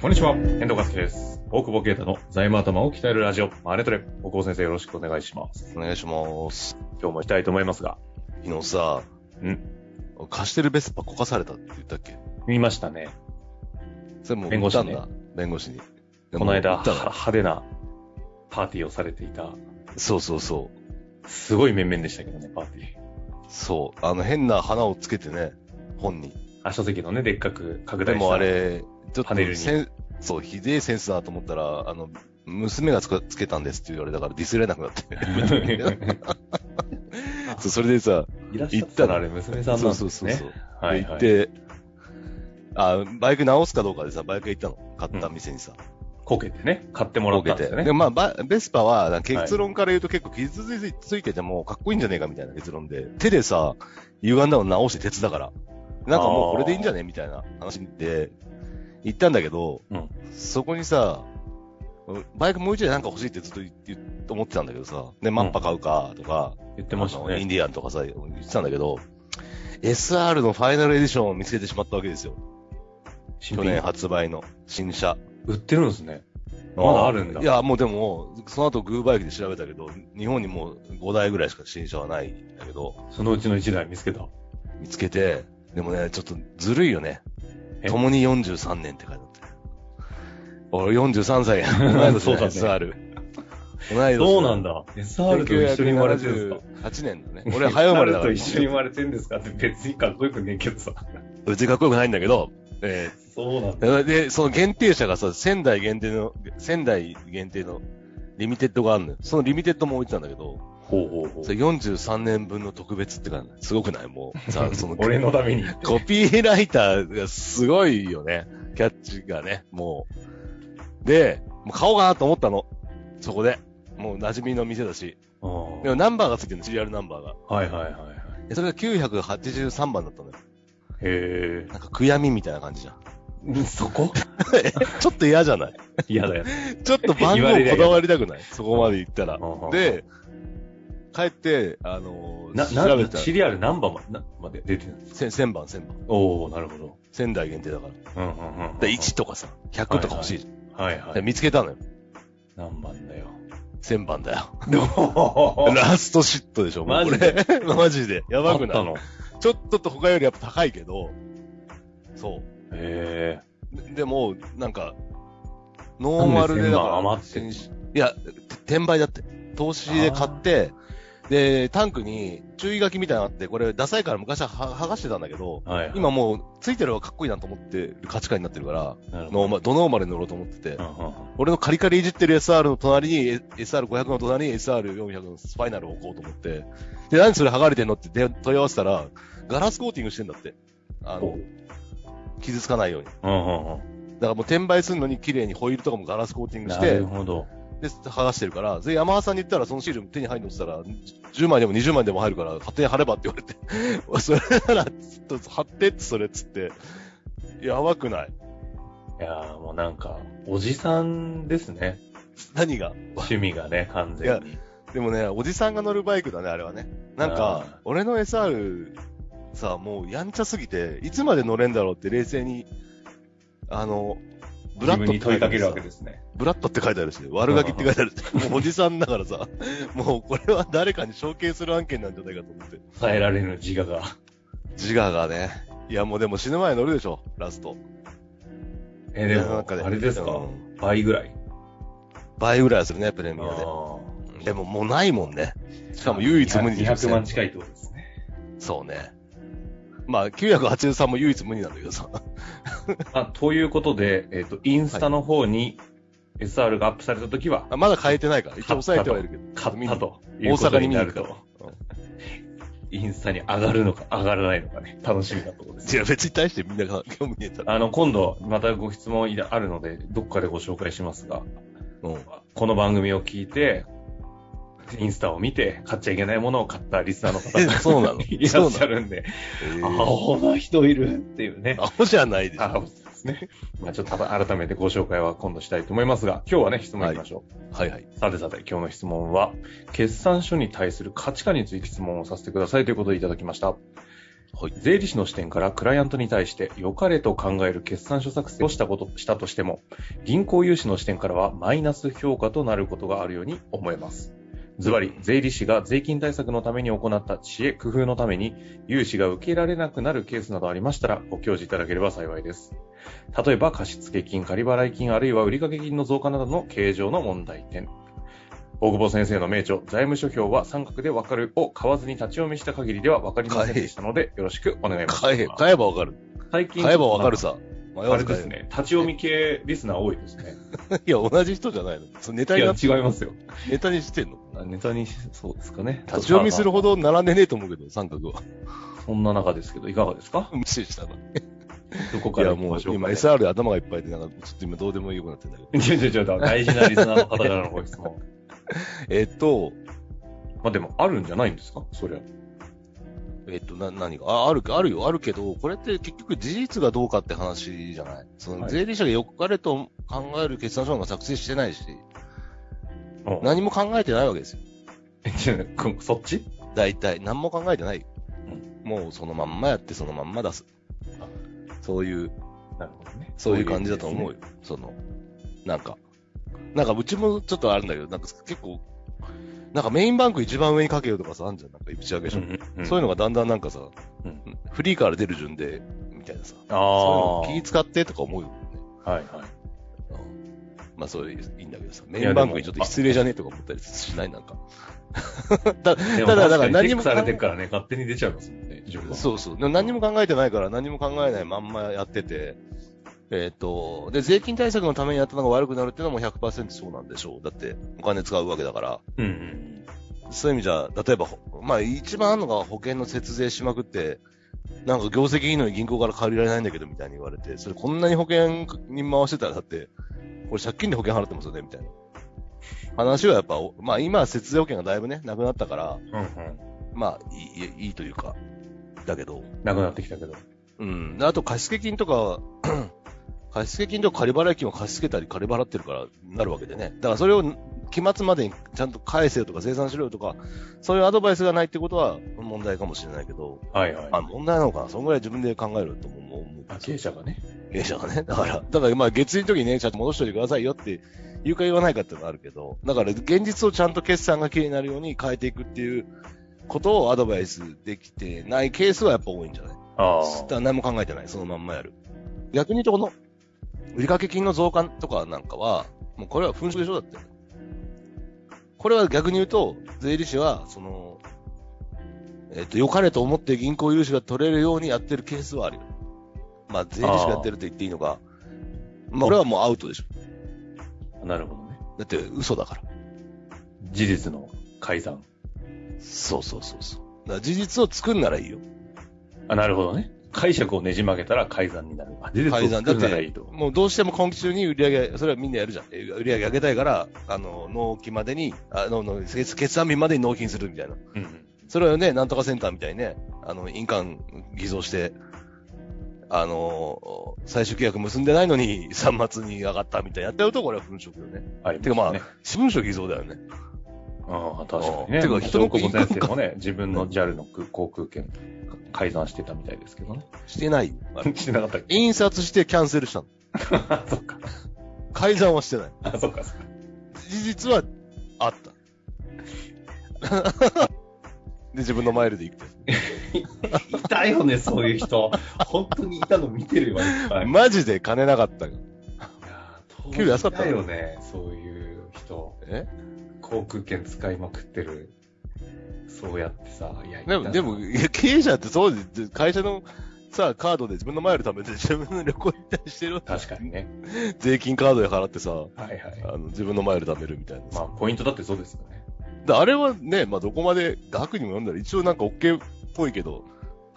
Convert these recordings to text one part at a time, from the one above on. こんにちは、遠藤和樹です。大久保啓太の財務頭を鍛えるラジオ、マネトレ。大久保先生よろしくお願いします。お願いします。今日も行きたいと思いますが、昨日さ、うん貸してるベスパこかされたって言ったっけ見ましたね。それもう弁護士に売ったんだ弁護士に。この間、もう売はったの派手なパーティーをされていた、そうそうそすごい面々でしたけどね、パーティー。う。そう。あの変な花をつけてね、本に。あ、書籍のね、でっかく拡で大した。もあ。 れ、ちょっパネルにとセン、そう、ひでえセンスだなと思ったら、あの、娘がつかつけたんですって言われたからディスれなくな って。そうそれでさ、いらっしゃったらあれ、娘さんなんそうですそうね。そうそう。はでい、行はっい。て、あ、バイク直すかどうかでさ、バイク屋行ったの。買った店にさ。こけてね、買ってもらったんですよねで。まあ、バベスパは、結論から言うと結構傷ついついててもかっこいいんじゃねえかみたいな結論で、手でさ、歪んだの直して鉄だから、なんかもうこれでいいんじゃねみたいな話で、言ったんだけど、うんそこにさ、バイクもう一台なんか欲しいってずっと言って思ってたんだけどさ、で、マッパ買うかとか、言ってましたあのインね。ディアンとかさ、言ってたんだけど、SR のファイナルエディションを見つけてしまったわけですよ。新去品年発売の新車。売ってるんですね。まだあるんだいや、もうでも、その後グーバイクで調べたけど、日本にもう5台ぐらいしか新車はないんだけど、そのうちの1台見つけた。見つけて、でもね、ちょっとずるいよね。え共に43年って書いてあって。俺43歳や。同い年そうだね SR。同い 年。そうなん。だ。SR と一緒に生まれてるんですか8年だね。俺は早生まれだ SR かとら。一緒に生まれてるんですかって別にかっこよくねえけどさ。 うちかっこよくないんだけど、えーそうなんだ。で、その限定車がさ、仙台限定の、仙台限定のリミテッドがあるのよ。そのリミテッドも置いてたんだけど、ほうほうほ、それ43年分の特別って感じ。すごくないもう、さ、その 俺のため に。コピーライターがすごいよね。キャッチがね、もう。で、もう買おうかなと思ったの。そこで。もう馴染みの店だし。あーでもナンバーがついてるの、シリアルナンバーが。はいはいはいはい。でそれが983番だったのよ。 へなんか悔やみみたいな感じじゃん。 え。そこちょっと嫌じゃない嫌 だよ。ちょっと番言号われりゃこだわりたくないそこまで行ったら。で、で、帰って、あのーな、調べな、たらシ、リアル何番まなまで出てるんですかせ1000番、1000番。おおなるほど。仙台限定だから。だうんうんうんうん。から1とかさ、100とか欲しいじゃん。はいはでい。見つけたのよ。何番だよ。 1000番だよ。ど うラストシットでしょ、もうこれママジで。やばあくっなたい。の。ちょっとと他よりやっぱ高いけど、そへえ。う。ででも、なんか、ノーマルでだから、なんで1000万余ってんの新車いや、て転売だって。投資で買って、で、タンクに注意書きみたいなのあって、これダサいから昔はは剥がしてたんだけど、はいはい。今もう、ついてる方がかっこいいなと思ってる価値観になってるから、なるほど、ノーマル、ドノーマルに乗ろうと思っててう、んうんうん俺のカリカリいじってる SR の隣に、え SR500 の隣に SR400 のスパイナルを置こうと思って、で、何それ剥がれてんのってで問い合わせたら、ガラスコーティングしてんだって。あおの、傷つかないように。だかうんうんうんらもう転売するのに綺麗にホイールとかもガラスコーティングしなてる、ほど。で、剥がしてるから、で、山田さんに言ったらそのシール手に入るのって言ったら、10枚でも20枚でも入るから、勝手に貼ればって言われて、 それなら、ちょっと貼ってってそれっつって、やばくない。いやーもうなんか、おじさんですね。何が趣味がね、完全に。でもね、おじさんが乗るバイクだね、あれはね。なんあーか、俺の SR さ、もうやんちゃすぎて、いつまで乗れんだろうって冷静に、あの、ブ自ラッ分ドっにて問書いいてあかけるしるさわけですね。ブラッドって書いてあるし、悪ガキって書いてあるし、もうおじさんだからさ、もうこれは誰かに承継する案件なんじゃないかと思って。耐えられぬ自我が。自我がね。いや、もうでも死ぬ前に乗るでしょ、ラスト。えー、でいやなんも、かねあれですか、うん倍ぐらい。倍ぐらいはするね、プレミアあで。でももうないもんね。ししかも唯一無二200万近いってことですね。 そうね。まあ、983も唯一無二なんだけどさ。あ、ということで、えっ、と、インスタの方に SR がアップされたときは、あまだ変えてないから、一応抑えてはいるけど。買ったと見にいうことになる大阪と。 インスタに上がるのか上がらないのかね、楽しみなところです。いや、別に対してみんなが興味ねえたら。あの、今度、またご質問いらあるので、どっかでご紹介しますが、うん。この番組を聞いて、インスタを見て、買っちゃいけないものを買ったリスナーの方が そうなの いらっしゃるんで、あ、この人いるっていうね。アホじゃないでしょ。あそうですね。まあちょっと改めてご紹介は今度したいと思いますが、今日はね、質問いきましょう。はいはい。さてさて、今日の質問は、決算書に対する価値観について質問をさせてくださいということでいただきました。はい。税理士の視点からクライアントに対して良かれと考える決算書作成をしたこと、したとしても、銀行融資の視点からはマイナス評価となることがあるように思えます。ズバリ、税理士が税金対策のために行った知恵、工夫のために、融資が受けられなくなるケースなどありましたら、ご教示いただければ幸いです。例えば、貸付金、仮払い金、あるいは売掛金の増加などの形状の問題点。大久保先生の名著、財務諸表は三角でわかるを買わずに立ち読みした限りではわかりませんでしたので、よろしくお願いいたします。買え、買えばわかる。最近、買えばわかるさ。迷あわれずで買すえる。ね、立ち読み系リスナー多いですね。いや、同じ人じゃないの。そのネタいにや、なって、違いますよ。ネタにしてんの。ネタに、そうですかね。立ち読みするまほど並んでねえと思うけど、三角は。 あまあそんな中ですけど、いかがですか無視したな。どこいからや、行きもまうしょう今か、ね。 SR で頭がいっぱいで、なんか、ちょっと今どうでもよくなってんだけど。いやいやいや、大事なリスナーの方からのご質 問。えっと、まあでも、あるんじゃないんですかそりゃ。えっと、な、何があ、ある、あるよ、あるけど、これって結局事実がどうかって話じゃないそはのい税理士がよかれと考える決算書が作成してないし、うん何も考えてないわけです よ。いやこそっち大体、何も考えてない。もうそのまんまやって、そのまんま出すあ。そういう、なるほどね。そういう感じだと思うよ。よ。その、なんか。なんか、うちもちょっとあるんだけど、なんか結構、なんかメインバンク一番上に書けよとかさ、あるじゃん。なんか、一上げ書。そういういうのがだんだんなんかさ、うんフリーから出る順で、みたいなさ。の、ああそういうの気使ってとか思うよね。はいはい。まあ、それいいんだけどさ、やメインバンでクもにちょっと失礼じゃねえとか思ったりしないなんか。たでも ただ、確かだからにチェ何ックもされてるからね、勝手に出ちゃいますもんね、自分は。そうそう。でも何も考えてないから、何も考えないまんまやってて、えっ、と、で、税金対策のためにやったのが悪くなるっていうのも100%そうなんでしょう。だって、お金使うわけだから。うんうん。そういう意味じゃ、例えば、まあ、一番あるのが保険の節税しまくって、なんか業績いいのに銀行から借りられないんだけど、みたいに言われて、それこんなに保険に回してたら、だって、これ借金で保険払ってますよね、みたいな。話はやっぱ、おまあ今は節税保険がだいぶね、なくなったから、うんうん。まあいい、いいというか、だけど、なくなってきたけど。うん。あと貸付金とか、 貸付金とか仮払い金を貸し付けたり仮払ってるからなるわけでね。だからそれを期末までにちゃんと返せよとか生産しろよとか、そういうアドバイスがないってことは問題かもしれないけど、はいはい。あ、問題なのかなそのぐらい自分で考えると思う。思うあ経営者がね。経営者がね。だから、だからまあ月利の時にね、ちゃんと戻しておいてくださいよって言うか言わないかっていうのがあるけど、だから現実をちゃんと決算が綺麗になるように変えていくっていうことをアドバイスできてないケースはやっぱ多いんじゃないあだから何も考えてない。そのまんまやる。逆に言うと、この、売掛金の増加とかなんかは、もうこれは粉飾でしょだって。これは逆に言うと、税理士は、その、えっ、と、良かれと思って銀行融資が取れるようにやってるケースはあるよ。まあ、税理士がやってると言っていいのか。まあ、これはもうアウトでしょ。あ。なるほどね。だって嘘だから。事実の改ざん。そうそうそうそう。だから事実を作るならいいよ。あ、なるほどね。解釈をねじ曲げたら改ざんになる。あ、事実を改ざんだ作っるならいいてと、。もうどうしても今期中に売り上げ、それはみんなやるじゃん。え売り上げ上げたいから、あの、納期までに、あの、の決決算日までに納品するみたいな。うんうん。それをね、なんとかセンターみたいにね、あの、印鑑偽造して、あの、最終契約結んでないのに、 三末に上がったみたいな。やっちゃうと、これは粉飾よね。ありてかまあね、私文書偽造だよね。ああ、確かにね。てか人の大久保先生もね、自分の JAL の航空券改ざんしてたみたいですけどね。してない。あ れしてなかったっけ印刷してキャンセルしたの。あ、そっか。改ざんはしてない。あ、そっか、そっか。事実はあった。 で、自分のマイルで行く。いたよね、そういう人。本当にいたの見てるよ、いっぱい。マジで金なかったよいやー給料安かった当時いよね、そういう人。え航空券使いまくってる。そうやってさ、いや、でいたも、なでも、いや経営者ってそうです。会社のさ、カードで自分のマイル貯めて自分の旅行行ったりしてる。確かにね。税金カードで払ってさ、はいはい。あの、自分のマイル貯めるみたいなまさ。あ、ポイントだってそうですよね。で、あれはね、まあ、どこまで額にも読んだら一応なんか OK っぽいけど、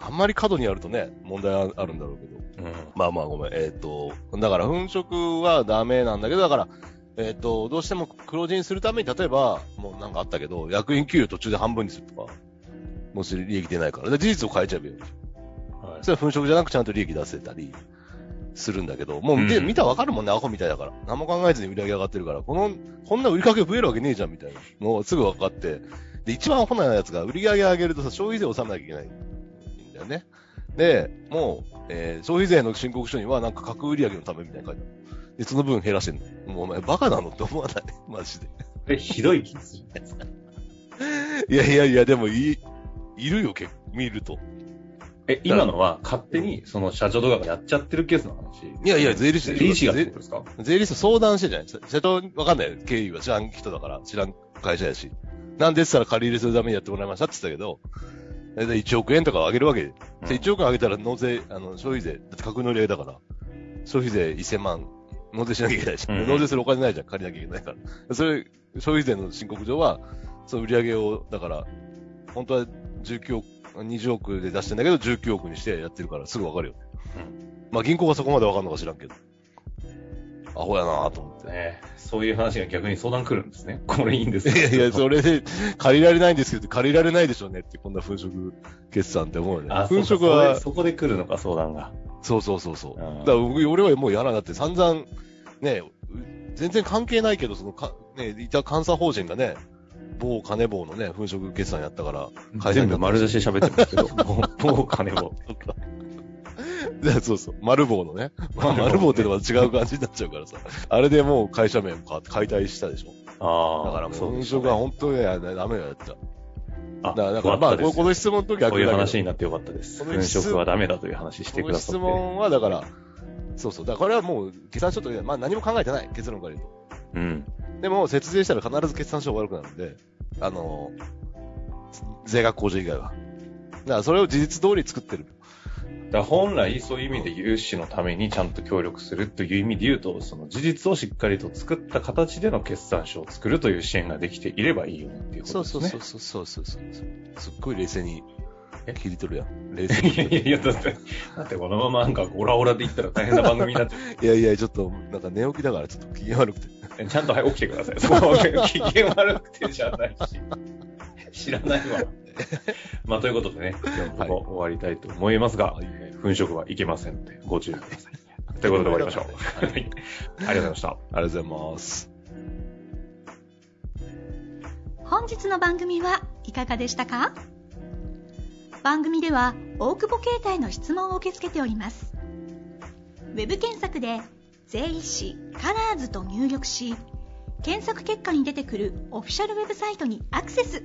あんまり過度にやるとね、問題はあるんだろうけど。うん。まあまあごめん。えっ、と、だから粉飾はダメなんだけど、だから、えっ、と、どうしても黒字にするために、例えば、もうなんかあったけど、役員給料途中で半分にするとか、もし利益出ないから、で事実を変えちゃえばよ。はいそれは粉飾じゃなくちゃんと利益出せたりするんだけど、もう見て、うん見たらわかるもんね、アホみたいだから。何も考えずに売り上げ上がってるから、この、こんな売りかけ増えるわけねえじゃん、みたいな。もうすぐ分かって。で、一番アホなやつが、売り上げ上げるとさ、消費税を納めなきゃいけないんだよね。で、もう、えー消費税の申告書にはなんか格売り上げのためみたいな書いてある。で、その分減らしてんの。もうお前バカなのって思わない マジで。で、ひどい気がする。いやいやいや、でもい、いるよ、結構、見ると。え、今のは勝手に、その社長とかがやっちゃってるケースの話。いやいや税理税士理士がってことですか税理士と相談してじゃないですか。社長、わかんないよ。経緯は知らん人だから、知らん会社やし。なんですから借り入れするためにやってもらいましたって言ってたけど、大体1億円とかをあげるわけで。うんで1億円あげたら納税、あの、消費税、だって格納り上げだから、消費税1000万、納税しなきゃいけないし、うんうん納税するお金ないじゃん、借りなきゃいけないから。それ、消費税の申告上は、その売り上げを、だから、本当は19億、20億で出してんだけど、19億にしてやってるから、すぐわかるよ。まあ銀行がそこまでわかんのか知らんけど。アホやなぁと思って。ねそういう話が逆に相談来るんですね。これいいんですいか やいや、それで、借りられないんですけど、借りられないでしょうねって、こんな粉飾決算って思うよね。あ、粉そうか飾は、そこで来るのか、相談が。そうそうそうそう。うんだから僕俺はもう嫌なんだって散々、ね、う全然関係ないけど、そのか、ね、いた監査法人がね、某金棒のね、粉飾決算やったから、解散全にな部った丸出しで喋ってますけど、もう、もう金を。だから そうそう、丸 棒のね。まあ、丸棒ってのは違う感じになっちゃうからさ。あれでもう会社名も変わって解体したでしょ。ああ。だからもう、そう粉ですよ飾ねは本当にねダメだよ、やっちゃ。あ、だから、だよからかまったあ、でこす。ここの質問の時はういう逆だけど話になってよかったです。この粉質飾はダメだという話してこくのださ質って。問はだから、そうそう。だからこれはもう、決算書というのはまあ何も考えてない、結論から言ううん。と。でも、節税したら必ず決算書が悪くなるんで、あのー税額控除以外は。だからそれを事実通り作ってる。だから本来、そういう意味で融資のためにちゃんと協力するという意味で言うと、その事実をしっかりと作った形での決算書を作るという支援ができていればいいよねっていうこそとうですそうね。そうそうそうそうそう。すっごい冷静に切り取るやん。冷静にい。 やいや いや、だって、だってこのままなんかオラオラで言ったら大変な番組になっちゃいやいや、ちょっと、なんか寝起きだからちょっと機嫌悪くて。う。 ちゃんとはい起きてください。そう、機嫌悪くてじゃないし。知らない わ。まあ、ということでね、今日もここ終わりたいと思いますが、粉飾はいけませんので、ご注意くださ い。ということで終わりましょう。はい。ありがとうございました。ありがとうございます。本日の番組はいかがでしたか番組では大久保携帯の質問を受け付けておりますウェブ検索で「税理士カラーズと入力し検索結果に出てくるオフィシャルウェブサイトにアクセス